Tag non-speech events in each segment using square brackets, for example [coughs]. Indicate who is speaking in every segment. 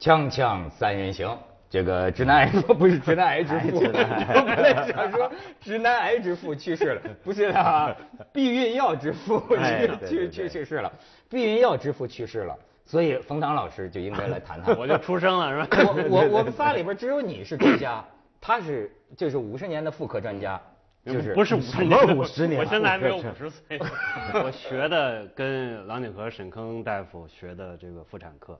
Speaker 1: 锵锵三人行，这个直男癌说不是直男癌之父，我本来想说直男癌之父去世了，不是啦，避孕药之父
Speaker 2: 哎
Speaker 1: 去去
Speaker 2: 对对
Speaker 1: 去
Speaker 2: 对
Speaker 1: 去世了，避孕药之父去世了，所以冯唐老师就应该来谈谈。
Speaker 2: 我就出生了是吧？ [laughs]
Speaker 1: 我我我们仨里边只有你是专家，他是就是五十年的妇科专家，就是
Speaker 2: 不是五
Speaker 3: 什么
Speaker 2: 十年代，
Speaker 3: 50年
Speaker 2: 我现在还
Speaker 1: [laughs]
Speaker 2: 没有
Speaker 3: 我这
Speaker 2: 五十岁。 [laughs] 我学的跟郎景和、沈铿大夫学的这个妇产科，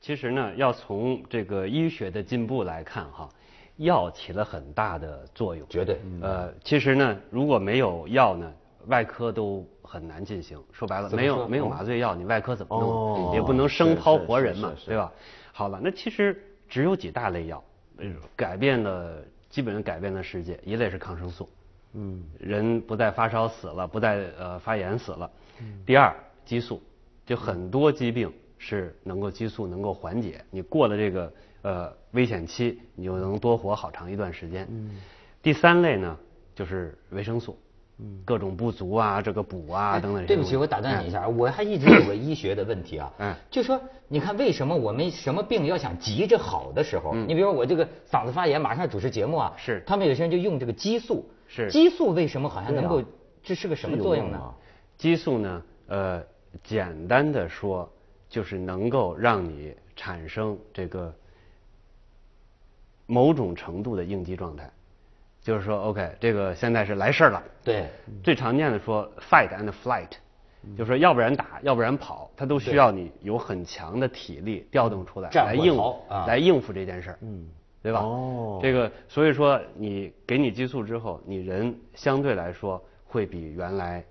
Speaker 2: 其实呢，要从这个医学的进步来看哈，药起了很大的作用。
Speaker 1: 绝对
Speaker 2: 呃，其实呢，如果没有药呢，外科都很难进行。说白了，
Speaker 1: 怎么
Speaker 2: 没
Speaker 1: 说嗯
Speaker 2: 有没有麻醉药，你外科怎么弄？
Speaker 3: 哦
Speaker 2: 也不能生
Speaker 3: 是
Speaker 2: 抛
Speaker 3: 是
Speaker 2: 活
Speaker 3: 是
Speaker 2: 人嘛，
Speaker 3: 是是
Speaker 2: 对吧？好了，那其实只有几大类药，
Speaker 1: 哎
Speaker 2: 呃改变了基本上改变了世界。一类是抗生素，
Speaker 3: 嗯，
Speaker 2: 人不再发烧死了，不再呃发炎死了。
Speaker 1: 嗯
Speaker 2: 第二，激素，就很多疾病是能够激素能够缓解，你过了这个呃危险期，你就能多活好长一段时间。嗯，第三类呢就是维生素，嗯，各种不足啊，这个补啊
Speaker 1: 哎
Speaker 2: 等等这些
Speaker 1: 对
Speaker 2: 东西。
Speaker 1: 不起，我打断你一
Speaker 2: 哎
Speaker 1: 下，我还一直有个医学的问题啊。
Speaker 2: 嗯
Speaker 1: 就说你看，为什么我们什么病要想急着好的时候，你比如我这个嗓子发炎，马上主持节目啊，
Speaker 2: 嗯是
Speaker 1: 他们有些人就用这个激素，
Speaker 2: 是
Speaker 1: 激素为什么好像能够
Speaker 3: 对啊，
Speaker 1: 这是个什么
Speaker 3: 是有
Speaker 1: 作用
Speaker 3: 用
Speaker 1: 呢
Speaker 3: 啊？
Speaker 2: 激素呢，呃，简单的说，就是能够让你产生这个某种程度的应激状态，就是说，OK，这个现在是来事儿了。
Speaker 1: 对，
Speaker 2: 最常见的说 fight and flight，就是说要不然打，要不然跑，它都需要你有很强的体力调动出来
Speaker 1: 战
Speaker 2: 来
Speaker 1: 或
Speaker 2: 应
Speaker 1: 逃啊
Speaker 2: 来应付这件事儿，嗯，对吧？
Speaker 3: 哦
Speaker 2: 这个所以说你给你激素之后，你人相对来说会比原来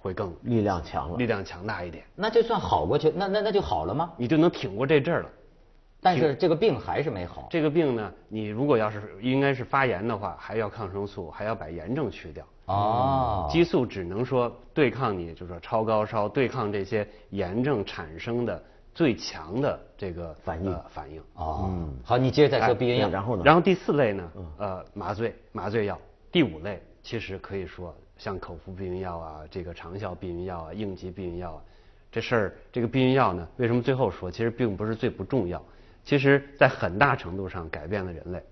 Speaker 2: 会更
Speaker 3: 力量强了
Speaker 2: 力。量强大一点，
Speaker 1: 那就算好过去，那那那就好了吗？
Speaker 2: 你就能挺过这阵儿了。
Speaker 1: 但是这个病还是没好。
Speaker 2: 这个病呢，你如果要是应该是发炎的话，还要抗生素，还要把炎症去掉。
Speaker 3: 啊
Speaker 1: 哦，
Speaker 2: 嗯激素只能说对抗你，就是说超高烧，对抗这些炎症产生的最强的这个
Speaker 3: 反应
Speaker 2: 呃反应。
Speaker 1: 哦，
Speaker 2: 嗯
Speaker 1: 好，你接着
Speaker 2: 哎
Speaker 1: 再说避孕药。
Speaker 3: 哎对然后呢？嗯
Speaker 2: 然后第四类呢，呃，麻醉麻醉药。第五类其实可以说像口服避孕药啊，这个长效避孕药啊，应急避孕药啊，这事儿这个避孕药呢，为什么最后说其实并不是最不重要，其实在很大程度上改变了人类。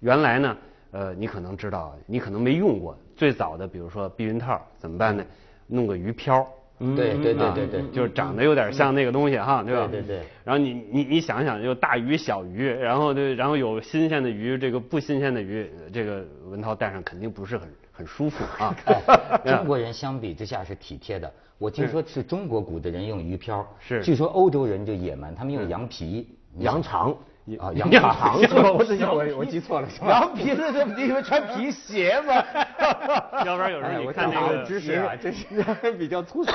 Speaker 2: 原来呢，呃，你可能知道，你可能没用过最早的，比如说避孕套怎么办呢？弄个鱼漂儿。
Speaker 1: 对对对
Speaker 2: 啊
Speaker 1: 对对，
Speaker 2: 就是长得有点像那个东西哈，对吧？
Speaker 1: 对对对。
Speaker 2: 然后你你你想想，有大鱼小鱼，然后对，然后有新鲜的鱼，这个不新鲜的鱼，这个文涛戴上肯定不是很很舒服啊。
Speaker 1: [laughs]
Speaker 2: [laughs]
Speaker 1: 哎，中国
Speaker 2: 嗯
Speaker 1: 人相比之下是体贴的。我听说是中国古的人用鱼漂，
Speaker 2: 是嗯
Speaker 1: 据说欧洲人就野蛮，他们用羊皮、
Speaker 3: 羊肠，
Speaker 2: [laughs]
Speaker 1: 啊羊
Speaker 2: 羊
Speaker 1: 肠
Speaker 2: 肠
Speaker 1: 是 [laughs] 吧？我我我记错了是吧？
Speaker 3: 羊皮子这不因为穿皮
Speaker 1: [laughs]
Speaker 3: 鞋吗？
Speaker 2: 要不然有时
Speaker 1: 哎
Speaker 2: 候你
Speaker 1: 我
Speaker 2: 看
Speaker 1: 长
Speaker 2: 那
Speaker 1: 得
Speaker 2: 个
Speaker 1: 知识啊，真
Speaker 3: [laughs]
Speaker 1: 是比较 [laughs] 粗糙。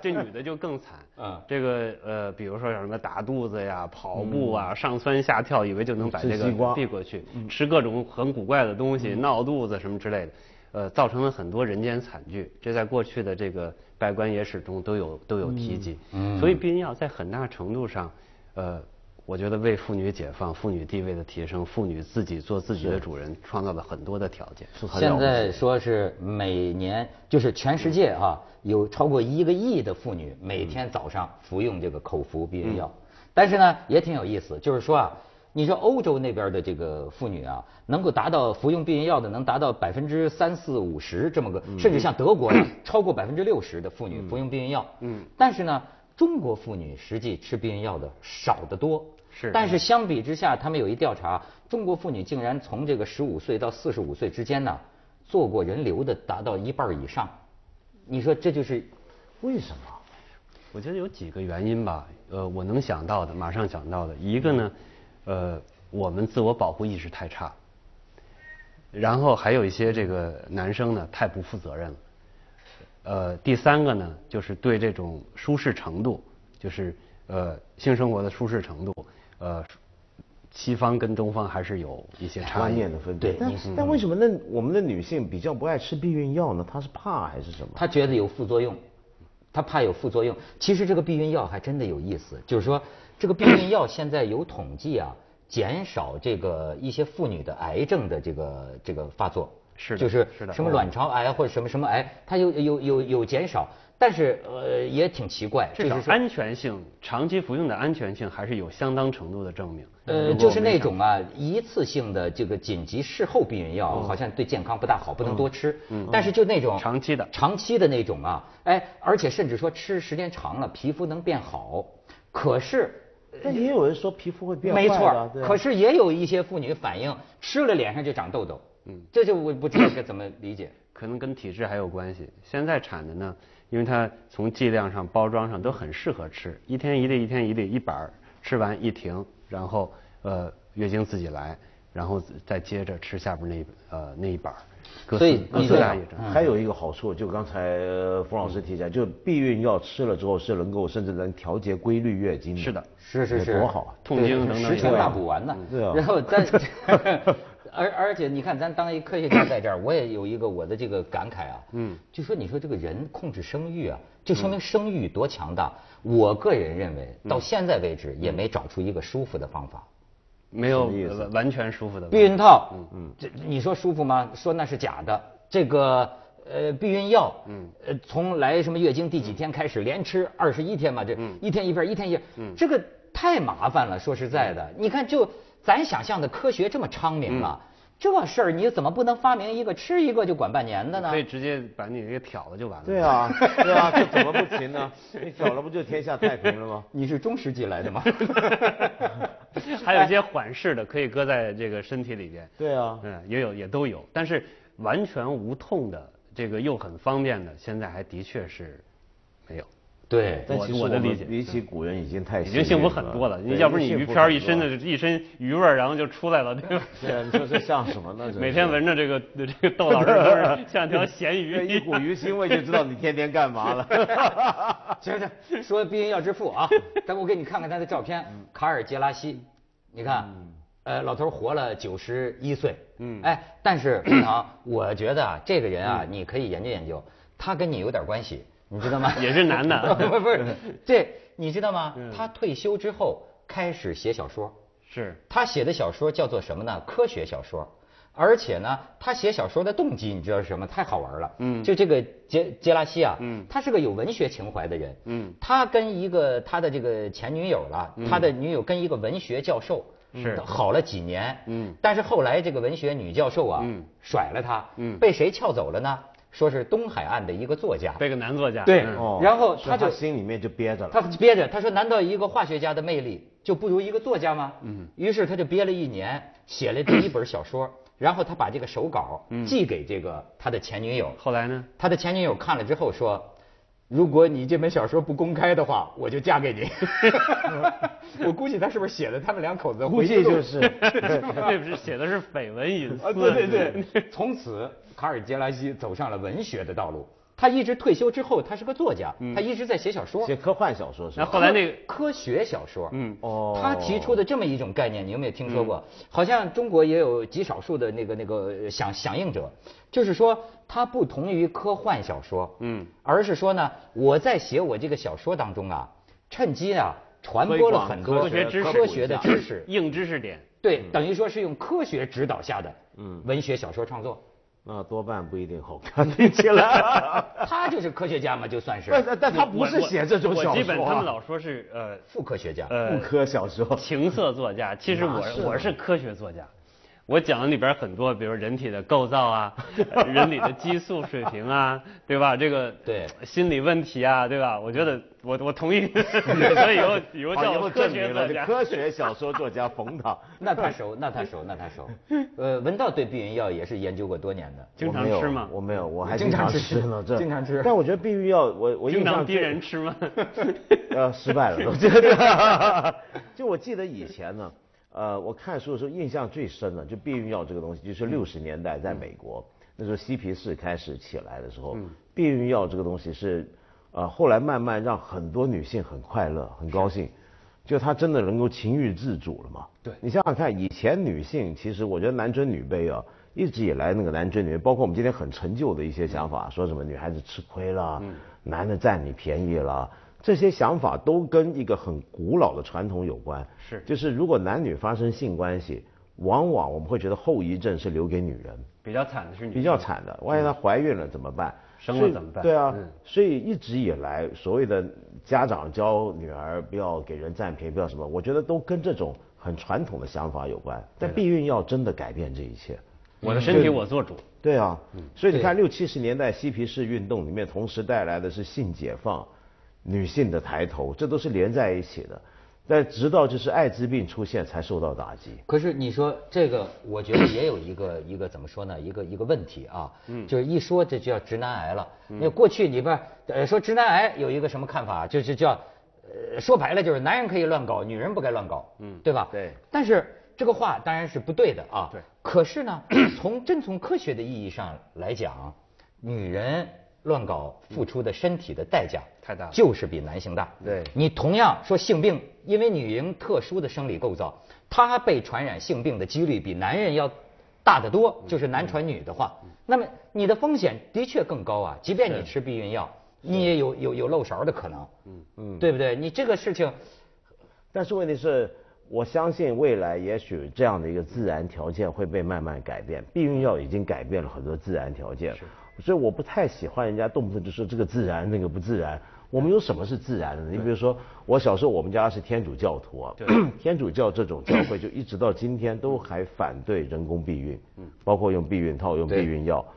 Speaker 2: 这女的就更惨。
Speaker 1: 嗯
Speaker 3: 啊
Speaker 2: 这个呃，比如说像什么打肚子呀、跑步啊、上蹿下跳，以为就能把
Speaker 3: 嗯吃
Speaker 2: 这
Speaker 3: 西瓜嗯
Speaker 2: 个避过去，吃各种很古怪的东西，闹肚子什么之类的，呃，造成了很多人间惨剧。这在过去的这个拜官野史中都有都有提及。
Speaker 3: 嗯
Speaker 2: 所以避孕药在很大程度上，呃。我觉得为妇女解放、妇女地位的提升、妇女自己做自己的主人，创造了很多的条件。
Speaker 1: 现在说是每年就是全世界啊，有超过一个亿的妇女每天早上服用这个口服避孕药。但是呢，也挺有意思，就是说啊，你说欧洲那边的这个妇女啊，能够达到服用避孕药的能达到百分之三四五十这么个，甚至像德国呀，超过百分之六十的妇女服用避孕药。嗯嗯，但是呢，中国妇女实际吃避孕药的少得多。
Speaker 2: 是
Speaker 1: 但是相比之下，他们有一调查，中国妇女竟然从这个十五岁到四十五岁之间呢，做过人流的达到一半儿以上。你说这就是
Speaker 3: 为什么？
Speaker 2: 我觉得有几个原因吧，呃，我能想到的，马上想到的，一个呢，呃，我们自我保护意识太差，然后还有一些这个男生呢太不负责任了，呃，第三个呢就是对这种舒适程度，就是呃性生活的舒适程度，呃，西方跟东方还是有一些差
Speaker 3: 观
Speaker 2: 异
Speaker 3: 念的分别。
Speaker 1: 对
Speaker 3: 但
Speaker 1: 你
Speaker 3: 但为什么那我们的女性比较不爱吃避孕药呢？她是怕还是什么？
Speaker 1: 他觉得有副作用，他怕有副作用。其实这个避孕药还真的有意思，就是说这个避孕药现在有
Speaker 2: [coughs]
Speaker 1: 统计啊，减少这个一些妇女的癌症的这个这个发作。
Speaker 2: 是的
Speaker 1: 就是
Speaker 2: 是的
Speaker 1: 什么卵巢癌或者什么什么癌，它有有有有减少，但是呃也挺奇怪，就
Speaker 2: 至少
Speaker 1: 是说
Speaker 2: 安全性，长期服用的安全性还是有相当程度的证明。
Speaker 1: 呃就是那种啊一次性的这个紧急事后避孕
Speaker 2: 嗯
Speaker 1: 药，好像对健康不大好，不能多吃。但是就那种
Speaker 2: 长期的
Speaker 1: 长期的那种啊，哎，而且甚至说吃时间长了皮肤能变好，可是。
Speaker 3: 但也有人说皮肤会变坏
Speaker 1: 没
Speaker 3: 的
Speaker 1: 错儿，
Speaker 3: 对
Speaker 1: 可是也有一些妇女反映吃了脸上就长痘痘，嗯，这就我不知道该怎么理解。
Speaker 2: 可能跟体质还有关系。现在产的呢，因为它从剂量上、包装上都很适合吃，一天一粒，一天一粒，一板儿吃完一停，然后呃月经自己来，然后再接着吃下边那一呃那一板儿。哥
Speaker 1: 所以
Speaker 3: 啊
Speaker 2: 斯哥
Speaker 1: 你
Speaker 2: 斯
Speaker 1: 说
Speaker 2: 达也这样。
Speaker 3: 嗯还有一个好处，就刚才呃冯老师提起来，就避孕药吃了之后是能够甚至能调节规律月经
Speaker 2: 是的
Speaker 1: 是是是，
Speaker 3: 有多好啊！
Speaker 2: 痛经等等
Speaker 1: 十全大补丸呢。
Speaker 3: 对啊
Speaker 1: 嗯然后咱，
Speaker 3: [laughs]
Speaker 1: 而而且你看，咱当一科学家在这儿，我也有一个我的这个感慨啊。嗯，就说你说这个人控制生育啊，
Speaker 3: 嗯
Speaker 1: 就说明生育多强大。我个人认为，到现在为止也
Speaker 3: 嗯
Speaker 1: 没找出一个舒服的方法。
Speaker 2: 没有
Speaker 3: 什么意思
Speaker 2: 呃完全舒服的问
Speaker 1: 避
Speaker 2: 题。
Speaker 1: 孕套，嗯嗯，这你说舒服吗？说那是假的。这个呃，避孕药，嗯，呃，从来什么月经第几天开始，连吃二十一天嘛，这一天一片，一天一片，这个太麻烦了。说实在的，你看就咱想象的科学这么昌明啊，这事儿你怎么不能发明一个吃一个就管半年的呢
Speaker 2: 可？以直接把你给挑了就完了。
Speaker 3: 对啊，对啊，这怎么不行呢？你挑了不就天下太平了吗？
Speaker 1: 你是中世纪来的 [laughs] 吗？
Speaker 3: [laughs]
Speaker 2: 还有一些缓释的可以搁在这个身体里边。
Speaker 3: 对啊
Speaker 2: 嗯，也有也都有，但是完全无痛的，这个又很方便的，现在还的确是没有。
Speaker 1: 对，
Speaker 3: 但
Speaker 2: 我
Speaker 3: 其实
Speaker 2: 我的
Speaker 3: 们
Speaker 2: 理解
Speaker 3: 比起古人已经太
Speaker 2: 已经幸
Speaker 3: 幸
Speaker 2: 福
Speaker 3: 运
Speaker 2: 很
Speaker 3: 了
Speaker 2: 多了，你
Speaker 3: 对
Speaker 2: 要不是
Speaker 3: 已
Speaker 2: 你
Speaker 3: 经
Speaker 2: 鱼
Speaker 3: 幸福
Speaker 2: 片儿
Speaker 3: 很
Speaker 2: 一
Speaker 3: 多
Speaker 2: 身
Speaker 3: 了
Speaker 2: 的一身鱼味儿，然后就出来了，对吧？
Speaker 3: 对啊，你说这像什么
Speaker 2: [laughs]
Speaker 3: 呢？这
Speaker 2: 每天
Speaker 3: 是
Speaker 2: 闻着这个这个豆老师
Speaker 3: [laughs]
Speaker 2: 都是像条咸
Speaker 3: 对
Speaker 2: 鱼
Speaker 3: 一
Speaker 2: 样
Speaker 3: 股鱼腥味就知道你天天干嘛了。
Speaker 2: [laughs]
Speaker 1: [laughs] 行行，说避孕药之父啊，咱我给你看看他的照片，
Speaker 2: 嗯
Speaker 1: 卡尔杰拉西，你看，呃，老头活了九十一岁，嗯，哎，但
Speaker 2: [clears throat]
Speaker 1: 是平常我觉得啊，这个人
Speaker 2: 嗯
Speaker 1: 啊，你可以研究研究，他跟你有点关系，你知道吗？
Speaker 2: 也是男的，
Speaker 1: [laughs]
Speaker 2: 嗯
Speaker 1: 不是不
Speaker 2: [laughs]
Speaker 1: 是，这你知道吗？他退休之后开始写小说，
Speaker 2: 是
Speaker 1: 他写的小说叫做什么呢？科学小说。而且呢，他写小说的动机你知道是什么？太好玩了。嗯，就这个杰杰拉西啊，嗯，他是个有文学情怀的人。嗯，他跟一个他的这个前女友了，他的女友跟一个文学教授
Speaker 2: 嗯是
Speaker 1: 好了几年。
Speaker 2: 嗯，
Speaker 1: 但是后来这个文学女教授啊，
Speaker 2: 嗯
Speaker 1: 甩了他。
Speaker 2: 嗯
Speaker 1: 被谁撬走了呢？说是东海岸的一个作家。
Speaker 2: 被个男作家。
Speaker 1: 对
Speaker 2: 嗯
Speaker 1: [laughs]
Speaker 3: 哦
Speaker 1: 然后
Speaker 3: 所以
Speaker 1: 他就
Speaker 3: 心里面就憋着了。
Speaker 1: 他憋着，他说：“难道一个化学家的魅力就不如一个作家吗？”嗯，于是他就憋了一年，写了第一本小
Speaker 3: [coughs]
Speaker 1: 说，然后他把这个手稿
Speaker 3: 嗯
Speaker 1: 寄给这个他的前女友。
Speaker 2: 后来呢？
Speaker 1: 他的前女友看了之后说：“如果你这本小说不公开的话，我就嫁给
Speaker 3: [laughs]
Speaker 1: 你。” [laughs] 我估计他是不是写的他们两口子
Speaker 3: 估
Speaker 1: 回忆
Speaker 3: 计
Speaker 1: 录
Speaker 3: 就是
Speaker 2: 这不是写的是绯闻
Speaker 3: [laughs]
Speaker 2: 隐私。
Speaker 1: 啊，对对对，从此卡尔杰拉西走上了文学的道路。他一直退休之后，他是个作家，
Speaker 3: 嗯
Speaker 1: 他一直在写小说。
Speaker 3: [laughs] 写科幻小说是
Speaker 2: 那
Speaker 3: 吧？
Speaker 2: 后来那个
Speaker 1: 科学小说，嗯
Speaker 3: 哦
Speaker 1: 他提出的这么一种概念，你有没有听说
Speaker 2: 嗯
Speaker 1: 过？好像中国也有极少数的那个那个呃响响应者，就是说它不同于科幻小说，嗯，而是说呢，我在写我这个小说当中啊，趁机啊传播了很多
Speaker 2: 科学知识、
Speaker 1: 科学的知识，
Speaker 2: 硬知识点。
Speaker 1: 对，等于说是用科学指导下的
Speaker 2: 嗯
Speaker 1: 文学小说创
Speaker 2: [laughs]
Speaker 1: 作，
Speaker 3: 那多半不一定好看，听起来。
Speaker 1: 他就是科学家嘛，就算是
Speaker 3: 但
Speaker 2: 呃
Speaker 3: 但但他不
Speaker 2: 我
Speaker 3: 是写这种
Speaker 2: 我
Speaker 3: 小说、啊，
Speaker 2: 我基本他们老说是呃
Speaker 1: 副科学家，
Speaker 2: 呃
Speaker 3: 妇科小说。
Speaker 2: 情色作家，其实我
Speaker 3: 哪是啊
Speaker 2: 我是科学作家。我讲的里边很多，比如人体的构造
Speaker 3: [laughs]
Speaker 2: 啊，人体的激素水平啊，对吧？这个
Speaker 1: 对
Speaker 2: 心理问题啊，对吧？我觉得我我
Speaker 3: [laughs]
Speaker 2: 同意，所以以后以后
Speaker 3: 好
Speaker 2: 叫
Speaker 3: 以后
Speaker 2: 我科
Speaker 3: 证
Speaker 2: 学
Speaker 3: 明
Speaker 2: 作
Speaker 3: 了，这
Speaker 2: 家。
Speaker 3: 科学小说作家冯导。
Speaker 1: 那他熟，那他熟，那他熟。呃，文道对避孕药也是研究过多年的。
Speaker 2: 经常
Speaker 3: 我没有
Speaker 2: 吃吗
Speaker 3: 我没有，我还
Speaker 1: 经
Speaker 3: 经
Speaker 1: 常
Speaker 3: 常
Speaker 1: 吃
Speaker 3: 吃呢，这
Speaker 1: 经常吃
Speaker 3: 但我觉得避孕药，我我印
Speaker 2: 经常
Speaker 3: 象
Speaker 2: 逼
Speaker 3: 最
Speaker 2: 人吃吗？
Speaker 3: 呃，失败了，我觉得。就我记得以前呢，呃，我看书的时候印象最深的就避孕药这个东西，就是六十年代在美国、那时候嬉皮士开始起来的时候，避孕药这个东西是，呃，后来慢慢让很多女性很快乐、很高兴，就她真的能够情欲自主了嘛？
Speaker 2: 对
Speaker 3: 你想想看，以前女性其实我觉得男尊女卑啊，一直以来那个男尊女卑，包括我们今天很陈旧的一些想法，说什么女孩子吃亏了，男的占你便宜了，这些想法都跟一个很古老的传统有关。
Speaker 2: [laughs] 是
Speaker 3: 就是如果男女发生性关系，往往我们会觉得后遗症是留给女人，
Speaker 2: 比较惨的是女性
Speaker 3: 比较惨的。万一她怀孕了怎么办？
Speaker 2: 嗯生了
Speaker 3: 所以
Speaker 2: 怎么办
Speaker 3: 对啊
Speaker 2: 嗯，
Speaker 3: 所以一直以来所谓的家长教女儿不要给人占便宜，不要什么，我觉得都跟这种很传统的想法有关。但避孕药真的改变这一切。
Speaker 2: 我的
Speaker 3: 嗯
Speaker 2: 身体我做主，
Speaker 3: 对啊，所以你
Speaker 1: 对
Speaker 3: 看六七十年代嬉皮士运动里面，同时带来的是性解放、女性的抬头，这都是连在一起的。但直到就是艾滋病出现才受到打击。
Speaker 1: 可是你说这个，我觉得也有一个一个怎么说呢？一个一个问题啊，就是一说这就叫直男癌了。那过去里边儿呃说直男癌有一个什么看法，就是叫呃说白了就是男人可以乱搞，女人不该乱搞，嗯，对吧？
Speaker 3: 对。
Speaker 1: 但是这个话当然是不对的啊。
Speaker 2: 对。
Speaker 1: 可是呢， [clears throat] 从真从科学的意义上来讲，女人乱搞付出的身体的代价
Speaker 2: 太大了
Speaker 1: 就是比男性大。
Speaker 3: 对
Speaker 1: 你同样说性病，因为女人特殊的生理构造，她被传染性病的几率比男人要大得多，就是男传女的话，那么你的风险的确更高啊。即便你吃避孕药，你也有有有漏勺的可能，嗯嗯，对不对？你这个事情，
Speaker 3: 但是问题是，我相信未来也许这样的一个自然条件会被慢慢改变。避孕药已经改变了很多自然条件，所以我不太喜欢人家动不动就说这个自然那个不自然。我们有什么是自然的呢？你比如说，我小时候我们家是天主教徒啊， [clears throat] 天主教这种教会就一直到今天都还反对人工避孕，包括用避孕套、用避孕药。
Speaker 2: 嗯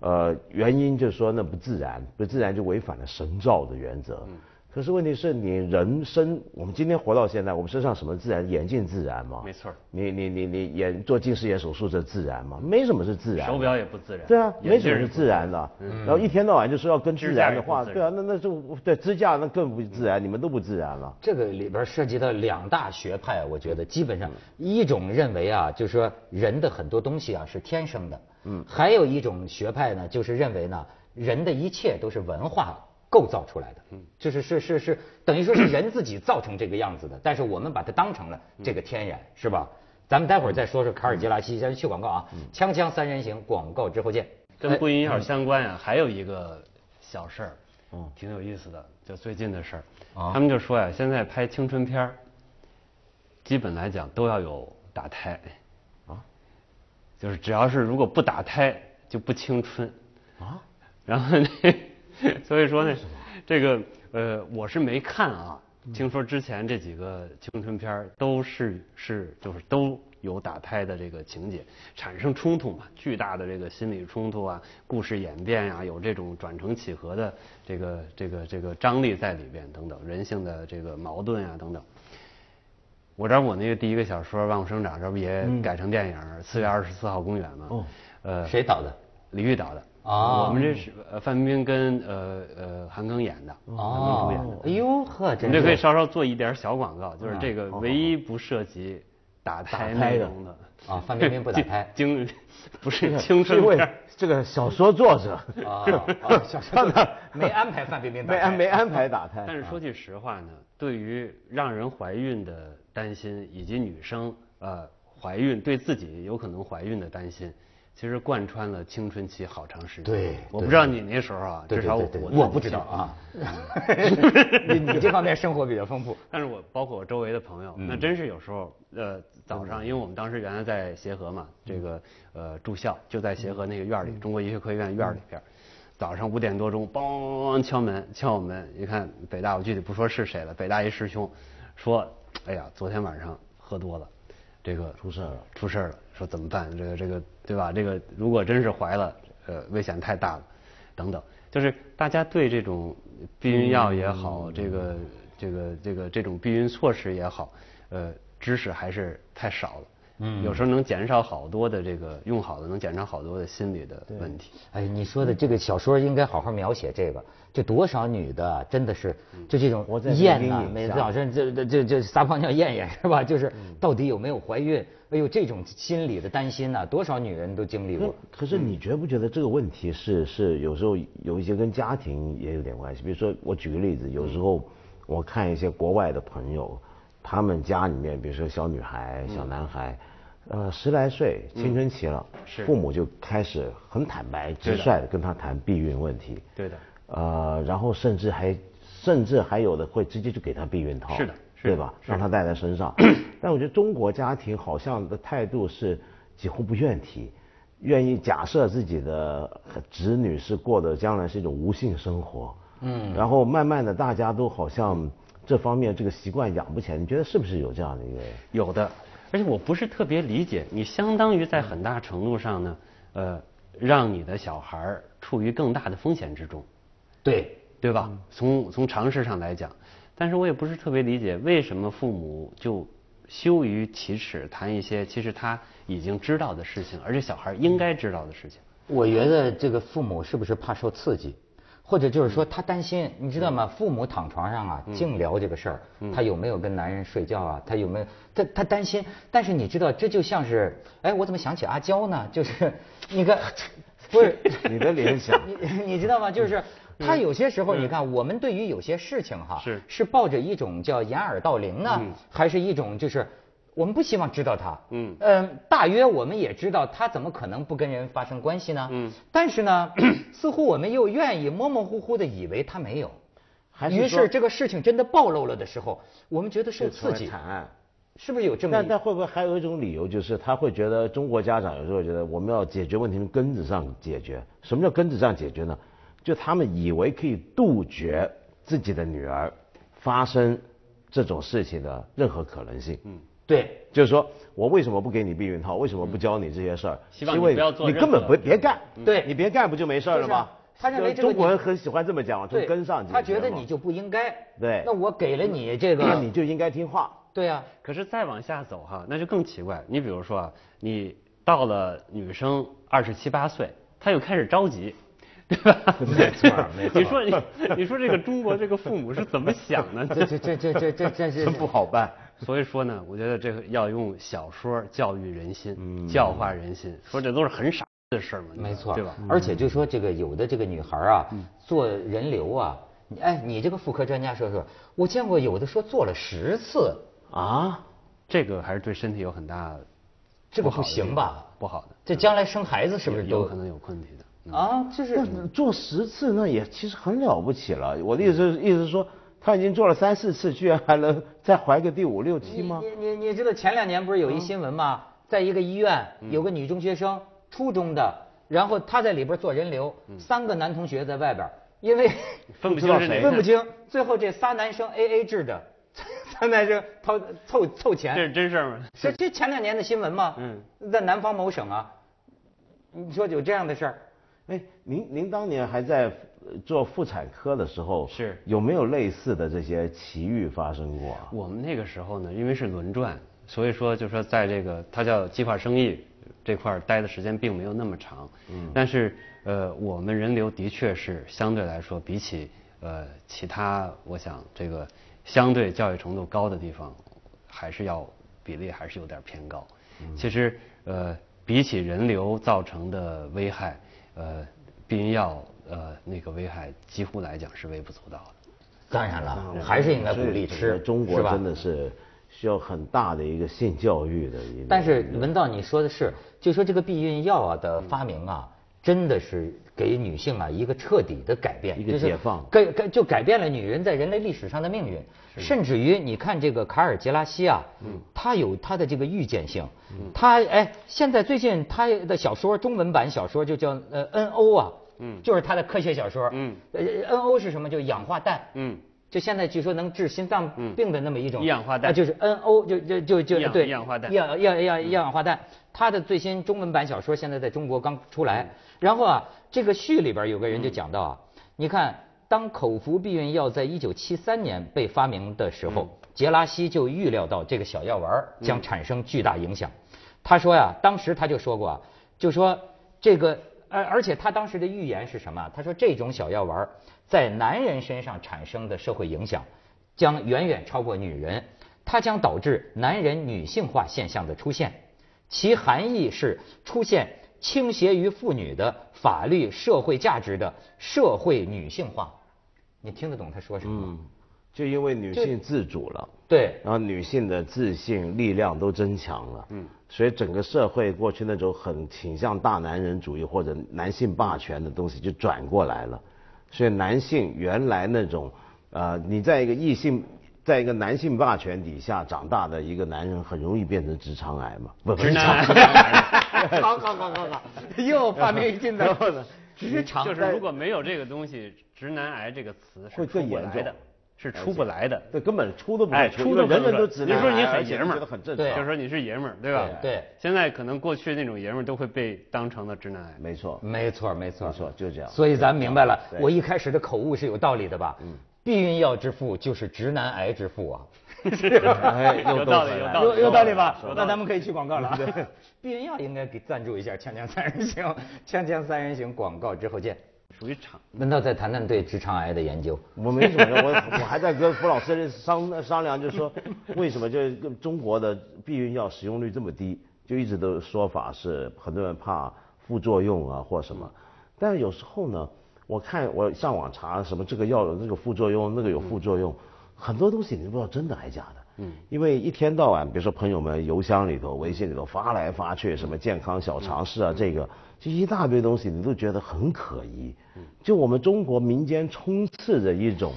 Speaker 3: 呃，原因就是说那不自然，不自然就违反了神照的原则。
Speaker 2: 嗯
Speaker 3: 可是问题是你人生，我们今天活到现在，我们身上什么自然？眼镜自然吗？
Speaker 2: 没错儿
Speaker 3: 你你你你眼做近视眼手术这自然吗？没什么是自然的。
Speaker 2: 手表也不自然。
Speaker 3: 对啊，
Speaker 2: 眼
Speaker 3: 没
Speaker 2: 镜
Speaker 3: 什
Speaker 2: 儿
Speaker 3: 么是
Speaker 2: 也不
Speaker 3: 自然的。然后一天到晚就说要跟自然的话，
Speaker 2: 支架也不自然
Speaker 3: 对啊，那那就对支架那更不自然，你们都不自然了。
Speaker 1: 这个里边涉及到两大学派，我觉得基本上一种认为啊，就是说人的很多东西啊是天生的，嗯，还有一种学派呢，就是认为呢，人的一切都是文化构造出来的，嗯，就是是是是，等于说是人自己造成这个样子的，但是我们把它当成了这个天然，是吧？咱们待会儿再说说卡尔杰拉西，先去广告啊，锵锵三人行，广告之后见。
Speaker 2: 跟不孕药相关啊，还有一个小事儿，挺有意思的，就最近的事儿。
Speaker 1: 啊
Speaker 2: 他们就说呀、现在拍青春片儿，基本来讲都要有打胎，
Speaker 3: 啊
Speaker 2: 就是只要是如果不打胎就不青春。
Speaker 3: 啊，
Speaker 2: [laughs] 然后那， [laughs] 所以说呢，这个呃，我是没看啊，听说之前这几个青春片儿都是是就是都有打胎的这个情节，产生冲突嘛，巨大的这个心理冲突啊，故事演变呀、有这种转承起合的这个这个这个张力在里边等等，人性的这个矛盾啊等等。我这儿我那个第一个小说《万物生长》这不也改成电影儿，四月二十四号公演嘛。
Speaker 3: 嗯哦嗯
Speaker 2: 呃，
Speaker 1: 谁导的？
Speaker 2: 李玉导的。
Speaker 1: 哦
Speaker 2: 我们这是呃范冰冰跟呃呃韩庚演的，韩庚主演的。
Speaker 1: 哎呦呵，
Speaker 2: 我
Speaker 1: 嗯真
Speaker 2: 们这
Speaker 1: 是嗯
Speaker 2: 可以稍稍做一点小广告，就是这个
Speaker 3: 好好
Speaker 2: 唯一不涉及打胎
Speaker 3: 打胎
Speaker 2: 内
Speaker 3: 的
Speaker 2: 容的。
Speaker 1: 啊，范冰冰
Speaker 2: [laughs]
Speaker 1: 不打胎
Speaker 2: 经不是
Speaker 3: 是
Speaker 2: 青春
Speaker 3: 因为
Speaker 2: 片儿。
Speaker 3: 这个小说作
Speaker 2: [laughs]
Speaker 3: 者
Speaker 1: 啊，啊小时候没安排范冰冰打
Speaker 3: 没
Speaker 1: 胎
Speaker 3: 安没安排打胎。
Speaker 2: 但是说句实话呢，对于让人怀孕的担心，以及女生呃怀孕对自己有可能怀孕的担心，其实贯穿了青春期好长时间。
Speaker 1: 对
Speaker 2: 我
Speaker 1: 对
Speaker 2: 不知道你那时候啊，
Speaker 1: 对
Speaker 2: 至
Speaker 1: 对
Speaker 2: 少
Speaker 1: 对
Speaker 2: 我
Speaker 1: 对，我
Speaker 2: 我自己
Speaker 1: 不知道
Speaker 2: 是
Speaker 1: 啊。 [laughs] 你你这方面生活比较丰富。
Speaker 2: 但是我包括我周围的朋友，那真是有时候，呃，早上，因为我们当时原来在协和嘛，这个呃住校就在协和那个院儿里，中国医学科学院院儿里边儿，早上五点多钟，梆敲门，敲我们，一看北大，我具体不说是谁了，北大一师兄说，哎呀，昨天晚上喝多了，这个
Speaker 3: 出事儿了，
Speaker 2: 出事儿了，说怎么办？这个这个对吧？这个如果真是怀了，呃，危险太大了，等等。就是大家对这种避孕药也好，这个这个这个这种避孕措施也好，呃，知识还是太少了。嗯，有时候能减少好多的这个用好了，能减少好多的心理的问题。
Speaker 1: 哎，你说的这个小说应该好好描写这个，这多少女的啊真的是就这种
Speaker 3: 活在这个
Speaker 1: 厌呐
Speaker 3: 阴，影
Speaker 1: 每
Speaker 3: 下
Speaker 1: 次早上这这这这撒泡尿验验是吧？就是到底有没有怀孕？哎呦，这种心理的担心呐、多少女人都经历过。
Speaker 3: 可是
Speaker 2: 嗯
Speaker 3: 你觉不觉得这个问题是是有时候有一些跟家庭也有点关系？比如说，我举个例子，有时
Speaker 2: 嗯
Speaker 3: 候我看一些国外的朋友，他们家里面，比如说小女孩、
Speaker 2: 嗯
Speaker 3: 小男孩，呃，十来岁，青春期了，
Speaker 2: 是
Speaker 3: 父母就开始很坦白、直
Speaker 2: 对的
Speaker 3: 率的跟他谈避孕问题，
Speaker 2: 对的，
Speaker 3: 呃，然后甚至还甚至还有的会直接就给他避孕套，
Speaker 2: 是的是是
Speaker 3: 对吧？让他带在身上。 [clears throat] 但我觉得中国家庭好像的态度是几乎不愿提，愿意假设自己的子女是过的将来是一种无性生活。嗯，然后慢慢的大家都好像这方面这个习惯养不起来，你觉得是不是有这样的一个？
Speaker 2: 有的，而且我不是特别理解，你相当于在很大程度上呢，呃，让你的小孩儿处于更大的风险之中，
Speaker 1: 对，
Speaker 2: 对吧？
Speaker 3: 嗯
Speaker 2: 从从常识上来讲，但是我也不是特别理解为什么父母就羞于启齿谈一些其实他已经知道的事情，而且小孩儿
Speaker 3: 嗯
Speaker 2: 应该知道的事情。
Speaker 1: 我觉得这个父母是不是怕受刺激，或者就是说
Speaker 3: 嗯
Speaker 1: 他担心，你知道吗？父母躺床上啊，净聊这个事儿，
Speaker 3: 嗯
Speaker 1: 他有没有跟男人睡觉啊？他有没有？他他担心，但是你知道，这就像是，哎，我怎么想起阿娇呢？就是那
Speaker 3: [laughs]
Speaker 1: 个，不是
Speaker 3: 你的联想
Speaker 1: [laughs] 你你知道
Speaker 3: 嗯
Speaker 1: 吗？就是他有些时候，你看我们对于有些事情哈，
Speaker 2: 是
Speaker 1: 是抱着一种叫掩耳盗铃呢，
Speaker 3: 嗯
Speaker 1: 还是一种就是我们不希望知道他，
Speaker 2: 嗯
Speaker 1: 嗯，大约我们也知道他怎么可能不跟人发生关系呢，嗯，但是呢， [clears throat] 似乎我们又愿意模模糊糊的以为他没有，
Speaker 3: 还是
Speaker 1: 于
Speaker 3: 说
Speaker 1: 是这个事情真的暴露了的时候，我们觉得受刺
Speaker 3: 成为
Speaker 1: 激，
Speaker 3: 惨案。
Speaker 1: 是不是有这么
Speaker 3: 但
Speaker 1: 一？
Speaker 3: 但会不会还有一种理由，就是他会觉得中国家长有时候觉得我们要解决问题从根子上解决。什么叫根子上解决呢？就他们以为可以杜绝自己的女儿发生这种事情的任何可能性。嗯，
Speaker 1: 对，
Speaker 3: 就是说我为什么不给你避孕套？为什么不教你这些事
Speaker 1: 嗯
Speaker 3: 儿？
Speaker 2: 希望
Speaker 3: 因
Speaker 2: 你
Speaker 3: 为
Speaker 2: 不要做
Speaker 3: 你
Speaker 2: 任
Speaker 3: 根
Speaker 2: 何
Speaker 3: 本不
Speaker 2: 的
Speaker 3: 别干，
Speaker 1: 对
Speaker 3: 你别干不就没事儿了
Speaker 1: 嗯就是
Speaker 3: 吗
Speaker 1: 啊？他认为这个
Speaker 3: 中国人
Speaker 1: 你
Speaker 3: 很喜欢这么讲，从
Speaker 1: 对
Speaker 3: 根上解决
Speaker 1: 他觉得
Speaker 3: 嘛
Speaker 1: 你就不应该，
Speaker 3: 对嗯
Speaker 1: 那我给了你这
Speaker 3: 那
Speaker 1: 个，
Speaker 3: 你就应该听话。
Speaker 1: 对啊，
Speaker 2: 可是再往下走哈，那就更奇怪。你比如说啊，你到了女生二十七八岁，她又开始着急，对吧？
Speaker 3: 没错没错
Speaker 2: 你说你你说这个中国这个父母是怎么想
Speaker 3: [laughs]
Speaker 2: 的？
Speaker 1: [laughs] 这这这这这这这这
Speaker 3: 真不好办。
Speaker 2: 所以说呢，我觉得这个要用小说教育人心，教化人心。说这都是很傻的事儿嘛，
Speaker 1: 没错，嗯
Speaker 2: 对吧？？
Speaker 1: 而且就说这个有的这个女孩儿啊，做人流啊，你哎，你这个妇科专家说说，我见过有的说做了十次，
Speaker 3: 啊？
Speaker 2: 这个还是对身体有很大
Speaker 1: 这个不
Speaker 2: 好的
Speaker 1: 行吧？
Speaker 2: 不好的，
Speaker 1: 这将来生孩子是不是
Speaker 2: 有
Speaker 1: 都
Speaker 2: 可能有问题的。
Speaker 1: 啊？就是
Speaker 3: 那做十次那也其实很了不起了。我的意
Speaker 1: 嗯
Speaker 3: 思是，意思是说他已经做了三四次，居然还能再怀个第五六期
Speaker 1: 你
Speaker 3: 吗？
Speaker 1: 你你你知道前两年不是有一新闻吗？在一个医院有个女中学生，初中的，然后她在里边做人流，三个男同学在外边，因为
Speaker 2: 分不
Speaker 3: 不知道
Speaker 2: 清是哪
Speaker 3: 谁
Speaker 2: 个
Speaker 1: 分不清，最后这仨男生 A A 制的， [laughs] 仨男生掏凑凑钱，
Speaker 2: 这是真事儿吗？
Speaker 1: 这这前两年的新闻嘛，
Speaker 2: 嗯
Speaker 1: 在南方某省啊，你说有这样的事儿，
Speaker 3: 哎，您您当年还在呃做妇产科的时候，
Speaker 2: 是
Speaker 3: 有没有类似的这些奇遇发生过啊？
Speaker 2: 我们那个时候呢，因为是轮转，所以说就说在这个它叫计划生育这块儿待的时间并没有那么长。嗯。但是呃，我们人流的确是相对来说，比起呃其他，我想这个相对教育程度高的地方，还是要比例还是有点偏高。其实呃，比起人流造成的危害，呃，避孕药呃那个危害几乎来讲是微不足道的。
Speaker 1: 当然了，还是应该鼓励
Speaker 3: 所以
Speaker 1: 吃
Speaker 3: 整个，中国
Speaker 1: 是吧
Speaker 3: 真的是需要很大的一个性教育的一个。
Speaker 1: 但是文道你说的是，就说这个避孕药啊的发明
Speaker 2: 嗯
Speaker 1: 啊，真的是给女性啊一个彻底的改变，
Speaker 3: 一个
Speaker 1: 就是
Speaker 3: 解放
Speaker 1: 改改就改变了女人在人类历史上的命运，甚至于你看这个卡尔杰拉西啊，
Speaker 2: 嗯
Speaker 1: 他有他的这个预见性，他哎，现在最近他的小说中文版小说就叫呃 N O 啊，嗯，就是他的科学小说，呃
Speaker 2: 嗯
Speaker 1: ，N O 是什么？就氧化氮，
Speaker 2: 嗯。
Speaker 1: 就现在据说能治心脏病的那么一种
Speaker 2: 一氧化氮
Speaker 1: 啊就是 NO，就就就
Speaker 2: 一
Speaker 1: 就
Speaker 2: 氧
Speaker 1: 对
Speaker 2: 一氧化氮
Speaker 1: 一氧一氧一氧一氧化氮。它的最新中文版小说现在在中国刚出
Speaker 2: 嗯
Speaker 1: 来。然后啊，这个序里边有个人就讲到啊，你看，当口服避孕药在一九七三年被发明的时候，
Speaker 2: 嗯
Speaker 1: 杰拉西就预料到这个小药丸儿将产生巨大影响。他说呀、当时他就说过啊，就说这个，而而且他当时的预言是什么啊？他说这种小药丸儿在男人身上产生的社会影响，将远远超过女人，它将导致男人女性化现象的出现，其含义是出现倾斜于妇女的法律社会价值的社会女性化。你听得懂他说什么吗？
Speaker 3: 嗯，就因为女性自主了。
Speaker 2: [laughs]
Speaker 1: 对，
Speaker 3: 然后女性的自信、力量都增强了，嗯，所以整个社会过去那种很倾向大男人主义或者男性霸权的东西就转过来了，所以男性原来那种，呃，你在一个异性在一个男性霸权底下长大的一个男人，很容易变成直肠癌嘛？不，不是
Speaker 2: 直
Speaker 3: 肠
Speaker 2: 男
Speaker 1: 好好好好好， [laughs] 又发明新的职场
Speaker 2: [laughs] 嗯就是如果没有这个东西，“直男癌”这个词是
Speaker 3: 会
Speaker 2: 出
Speaker 3: 更
Speaker 2: 不
Speaker 3: 严
Speaker 2: 来的
Speaker 3: 重，
Speaker 2: 是出不来的。
Speaker 3: 这根本出都不会
Speaker 2: 哎，
Speaker 3: 出，因
Speaker 2: 出
Speaker 3: 为
Speaker 2: 都
Speaker 3: 人
Speaker 2: 不能
Speaker 3: 人都
Speaker 2: 说
Speaker 3: 直
Speaker 2: 你
Speaker 3: 男癌，
Speaker 2: 说你很爷
Speaker 3: 而且
Speaker 2: 们
Speaker 3: 觉
Speaker 2: 儿，
Speaker 3: 得很正
Speaker 1: 对
Speaker 2: 就
Speaker 3: 常，
Speaker 2: 说你是爷们儿，对吧？
Speaker 1: 对
Speaker 2: 现在可能过去那种爷们儿都会被当成了直男癌。
Speaker 3: 没错，
Speaker 1: 没错没错
Speaker 3: 没错就这样
Speaker 1: 啊所以咱明白了，
Speaker 3: 对
Speaker 1: 我一开始的口误是有道理的吧？避孕药之父就是直男癌之父啊。
Speaker 3: [laughs] 哎又
Speaker 2: 有
Speaker 3: 都
Speaker 2: 道
Speaker 3: 回
Speaker 2: 理，有
Speaker 3: 来
Speaker 2: 道
Speaker 3: 了
Speaker 1: [laughs]
Speaker 2: 理，
Speaker 1: 有有道理吧
Speaker 2: 有？道
Speaker 1: 那
Speaker 2: 理
Speaker 1: 咱们可以去广告了啊。避孕药应该给赞助一下《锵锵三人行》，《锵锵三人行》广告之后见。
Speaker 2: 属于场
Speaker 1: 文道再谈谈对直肠癌的研究。
Speaker 3: 我没什么，我我还在跟傅老师商商量，就说为什么就是跟中国的避孕药使用率这么低，就一直都有说法是很多人怕副作用啊或什么，但是有时候呢，我看我上网查什么这个药有那个副作用，那个有副作用，很多东西你都不知道真的还假的。嗯，因为一天到晚，比如说朋友们邮箱里头、微信里头发来发去，什么健康小常识
Speaker 1: 嗯
Speaker 3: 啊，这个就一大堆东西，你都觉得很可疑。
Speaker 1: 嗯
Speaker 3: 就我们中国民间充斥着一种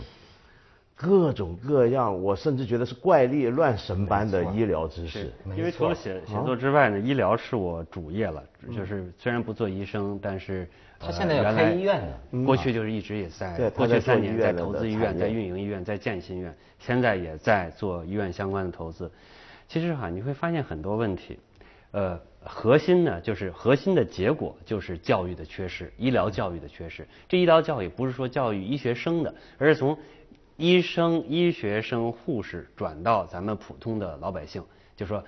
Speaker 3: 各种各样，我甚至觉得是怪力乱神般的医疗知识。
Speaker 2: 因为除了
Speaker 3: 啊
Speaker 2: 写写作之外呢，医疗是我主业了，
Speaker 3: 嗯
Speaker 2: 就是虽然不做医生，但是
Speaker 1: 他
Speaker 2: 呃
Speaker 1: 现在要
Speaker 2: 原
Speaker 1: 开
Speaker 2: 来
Speaker 1: 医院呢
Speaker 2: 嗯过去就是一直也在，
Speaker 3: 对他
Speaker 2: 过
Speaker 3: 在
Speaker 2: 去
Speaker 3: 做
Speaker 2: 三年
Speaker 3: 医
Speaker 2: 在
Speaker 3: 院的
Speaker 2: 投资医
Speaker 3: 产
Speaker 2: 院、
Speaker 3: 业
Speaker 2: 在运营医院、在建新医院，现在也在做医院相关的投资。其实哈、你会发现很多问题，呃，核心呢就是核心的结果就是教育的缺失，医疗教育的缺失。这医疗教育不是说教育医学生的，而是从医生、医学生、护士转到咱们普通的老百姓，就说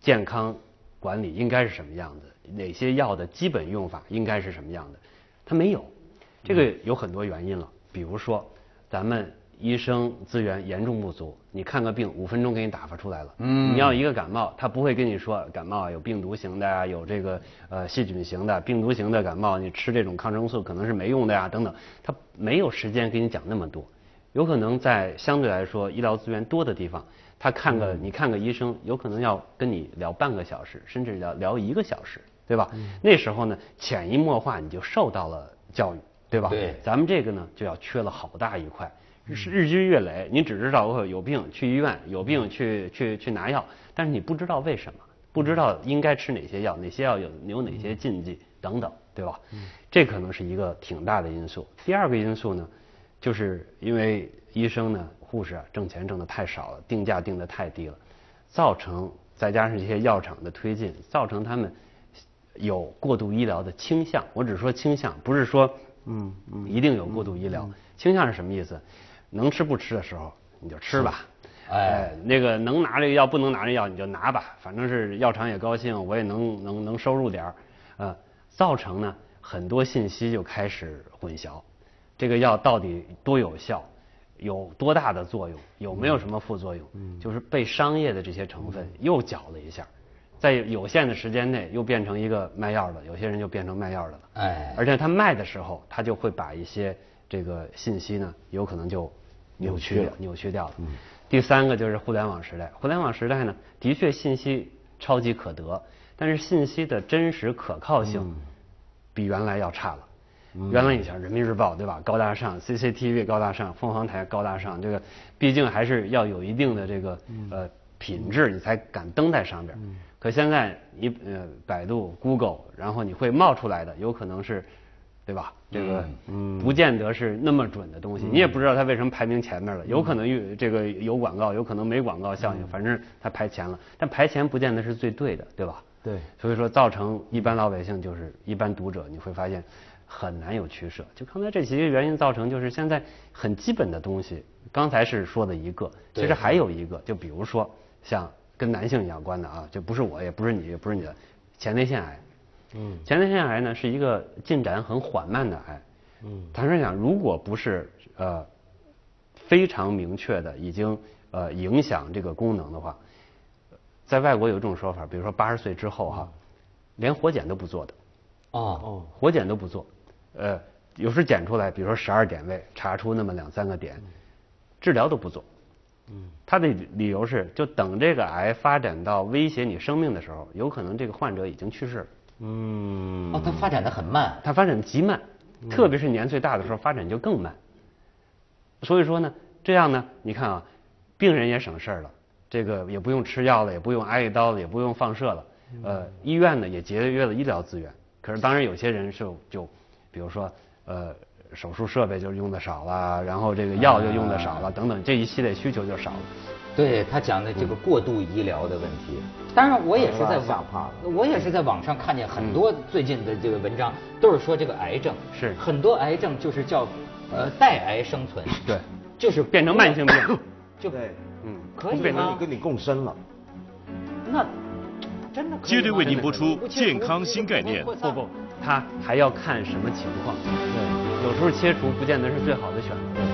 Speaker 2: 健康管理应该是什么样子，哪些药的基本用法应该是什么样的，它没有。这个有很多原因了，比如说咱们医生资源严重不足，你看个病五分钟给你打发出来了。嗯，你要一个感冒，他不会跟你说感冒啊有病毒型的呀、有这个呃细菌型的，病毒型的感冒你吃这种抗生素可能是没用的呀、等等，他没有时间给你讲那么多。有可能在相对来说医疗资源多的地方，他看个、你看个医生，有可能要跟你聊半个小时，甚至聊聊一个小时，对吧？那时候呢，潜移默化你就受到了教育，对吧？
Speaker 1: 对
Speaker 2: 哎咱们这个呢就要缺了好大一块，是日积月累，你只知道我有病去医院，有病去去去拿药，但是你不知道为什么，不知道应该吃哪些药，哪些药有有哪些禁忌等等，对吧？这可能是一个挺大的因素。第二个因素呢，就是因为医生呢、护士啊挣钱挣得太少了，定价定得太低了，造成再加上这些药厂的推进，造成他们有过度医疗的倾向。我只说倾向，不是说嗯嗯一定有过度医疗。倾向是什么意思？能吃不吃的时候你就吃吧。哎，那个能拿这个药不能拿这药你就拿吧，反正是药厂也高兴，我也能能能收入点儿，呃，造成呢很多信息就开始混淆，这个药到底多有效，有多大的作用，有没有什么副作用，就是被商业的这些成分又搅了一下，在有限的时间内又变成一个卖药的，有些人就变成卖药的了。
Speaker 1: 哎，
Speaker 2: 而且他卖的时候，他就会把一些这个信息呢，有可能就扭曲了、嗯扭曲掉了。第三个就是互联网时代，互联网时代呢，的确信息超级可得，但是信息的真实可靠性比原来要差了。原来你像人民日报对吧，高大上；CCTV 高大上，凤凰台高大上。这个毕竟还是要有一定的这个呃品质，你才敢登在上边儿。可现在你呃百度、Google，然后你会冒出来的，有可能是，对吧？这个不见得是那么准的东西，你也不知道它为什么排名前面了，有可能有这个有广告，有可能没广告效应，反正它排前了，但排前不见得是最对的，对吧？
Speaker 3: 对
Speaker 2: 所以说造成一般老百姓就是一般读者，你会发现很难有取舍。就刚才这几个原因造成，就是现在很基本的东西，刚才是说的一个，其实还有一个，就比如说像跟男性有关的啊，就不是我，也不是你，也不是你的前列腺癌。嗯，前列腺癌呢是一个进展很缓慢的癌。嗯，坦率讲，如果不是呃非常明确的已经呃影响这个功能的话，在外国有一种说法，比如说八十岁之后哈、连活检都不做的，
Speaker 1: 哦，
Speaker 2: 活检都不做，呃，有时检出来，比如说十二点位，查出那么两三个点，治疗都不做。嗯，他的理由是，就等这个癌发展到威胁你生命的时候，有可能这个患者已经去世了。
Speaker 3: 嗯，
Speaker 1: 哦，它发展的很慢。
Speaker 2: 它发展极慢，特别是年岁大的时候发展就更慢。所以说呢，这样呢，你看啊，病人也省事儿了，这个也不用吃药了，也不用挨一刀了，也不用放射了，呃，医院呢也节约了医疗资源。可是当然有些人是就，比如说呃手术设备就用的少了，然后这个药就用的少了，等等这一系列需求就少了。
Speaker 1: 对他讲的这个过度医疗的问题，嗯当然我也是在
Speaker 3: 吓怕了
Speaker 1: 网，我也是在网上看见很多最近的这个文章，都是说这个癌症
Speaker 2: 是
Speaker 1: 很多癌症就是叫呃带癌生存，
Speaker 2: 对
Speaker 1: 就是
Speaker 2: 变成慢性病
Speaker 1: [coughs] 就
Speaker 3: 对
Speaker 2: 嗯
Speaker 1: 可以啊
Speaker 2: 变成
Speaker 1: 吗
Speaker 3: 你？跟你共生了。
Speaker 1: 那真的可以吗
Speaker 4: 接着为您播出
Speaker 1: 不切
Speaker 4: 健康新概念
Speaker 1: 不不
Speaker 2: 不不，他还要看什么情况。对，有时候切除不见得是最好的选择。